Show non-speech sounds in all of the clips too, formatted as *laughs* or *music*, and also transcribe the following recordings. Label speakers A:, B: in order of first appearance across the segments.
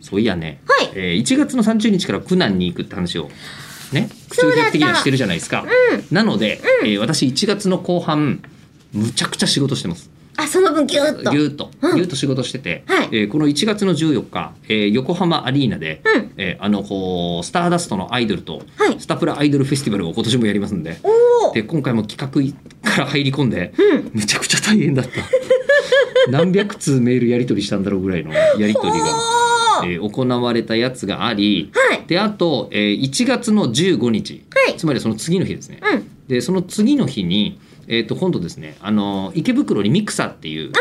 A: そういやね、
B: はい
A: えー1月の30日から苦難に行くって話をね数
B: そうだった
A: 学的にはしてるじゃないですか、
B: うん
A: なので、えー私1月の後半むちゃくちゃ仕事してます
B: あ、その分ギューっと。
A: ぎゅーっと、
B: うん
A: ぎゅーっと仕事してて、
B: はい
A: えーこの1月の14日、えー横浜アリーナで、
B: うん
A: えーあのこうスターダストのアイドルと、
B: はい
A: スタプラアイドルフェスティバルを今年もやりますんで
B: おお。
A: で今回も企画から入り込んで
B: うん。
A: むちゃくちゃ大変
B: *laughs*
A: だった何百通メールやり取りしたんだろうぐらいのやり取りが。
B: おー
A: えー行われたやつがあり、
B: はい
A: であと、えー1月の15日、
B: はい
A: つまりその次の日ですね、
B: うん。
A: でその次の日に、えー、と今度ですね、あのー池袋にミクサっていう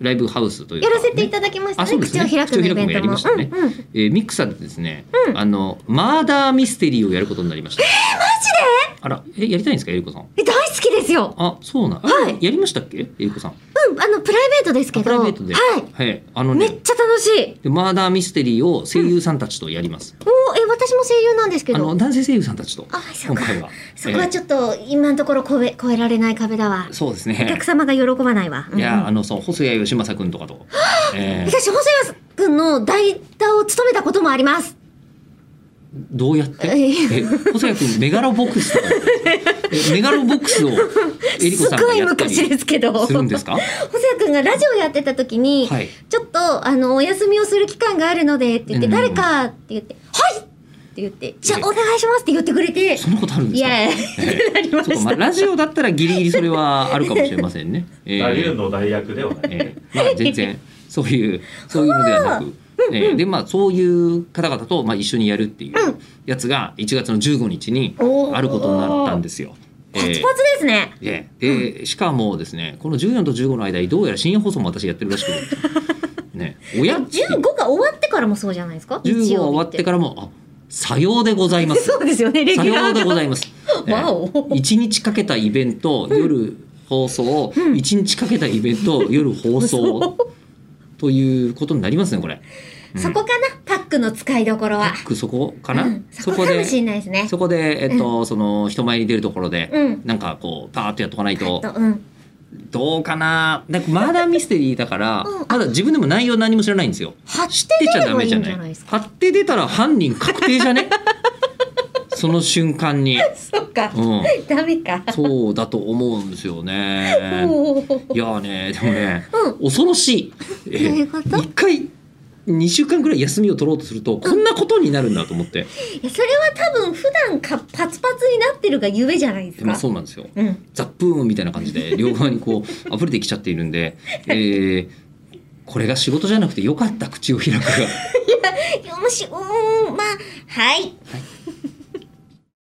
A: ライブハウスというか、
B: やらせてい
A: ね
B: ただきました
A: あそ
B: ね。
A: うです
B: 口
A: ね
B: を開くのイベントも。
A: 口を開くのやりましたね
B: うんうん。マジで
A: えーミクサでですね、あのマーダーミステリーをやることになりましたあらえやりたいんですかえりこさん
B: え大好きですよ。
A: あそうなん、あ
B: はい
A: やりましたっけえりこさん
B: うん。あの、プライベートですけ
A: あ
B: ど。
A: プライベートでは
B: はい。
A: はい、あの
B: め
A: ね
B: っちゃ楽しい。
A: でマーダーミステリーを声優さんたちとやります、
B: おお、え、私も声優なんですけ
A: あ
B: ど
A: の。男性声優さんたちと
B: あ、そ
A: 今
B: うか。
A: 回は
B: そこはちょっと今のところ超え超えられない壁だわ
A: えー。そうです
B: お
A: ね
B: 客様が喜ばないわ。うん
A: いやあのそう細谷義正君とかと、えー
B: 私、細谷君の代打を務めたこともあります。
A: どうやって、
B: え
A: え
B: ー
A: 細谷君メガロボックスとかやってるんですかえメガロボックスをえりこ
B: す
A: さん
B: ご
A: が
B: い
A: やったり
B: 昔ですけど。
A: するんですか
B: 細谷君がラジオやってた時に、
A: はい
B: ちょっとあのお休みをする期間があるのでって言って、
A: うんうんうん
B: 誰かって言って、はいって言って、じゃあお願いしますって言ってくれて、
A: そんなことあるんで
B: い
A: すか
B: やいや、ってなりま
A: そうか
B: し
A: まあ、
B: た。
A: ラジオだったらギリギリそれはあるかもしれませんね。えー
C: 太夫の代役ではない。
A: えーまあ、全然そういうそういうのではなく、えーでまあ、そういう方々と、まあ、一緒にやるっていうやつが1月の15日に
B: おー
A: あることになったんですよ。え
B: パ
A: ー
B: チパチですね。
A: ででしかもですねこの14と15の間にどうやら深夜放送も私やってるらし
B: *laughs*
A: くてね親って
B: 15が終わってからもそうじゃないですか
A: 15は終わって
B: ら。
A: からも「あさようでございます
B: そうですよね、」レギ
A: さ
B: ュラ
A: ようで
B: ー
A: ご
B: が。
A: ざいます」
B: わお
A: 1日かけたイベント夜放送、
B: ん
A: 一1日かけたイベント夜放送ということになりますねこれ。うん
B: そこかな、パックの使いどころは。
A: そこかな、
B: うんそこかもしれないですね。
A: そこで、えっと、その人前に出るところで、
B: うん
A: なんかこうパーッとやっとかないと
B: とうん、
A: どうかななんかマーダーミステリーだから、
B: うん
A: まだ自分でも内容何も知らないんですよ。
B: 貼っ
A: 知っててち
B: 出
A: ゃ
B: れ
A: ダ
B: ば
A: メ
B: いい
A: じゃ
B: んじ
A: な
B: ゃない
A: い
B: です。か。
A: 貼って出たら犯人確定じゃね *laughs* その瞬間に。
B: そうか、
A: うん。
B: *laughs* ダメか。
A: そうだと思うんですよね。
B: おー
A: いやーね、でもね、
B: うん
A: 恐ろしい。え
B: どういうこと
A: 一回、二週間ぐらい休みを取ろうとすると、こんなことになるんだと思って。
B: いやそれは多分普段かパツパツになってるがゆえじゃないです
A: まあ、
B: か。
A: そうなんですよ。
B: うん。
A: ザップーンみたいな感じで、両側にこう、溢れてきちゃっているんで、えーこれが仕事じゃなくてよかった口を開くが。
B: よし、うーん、まあ、はい。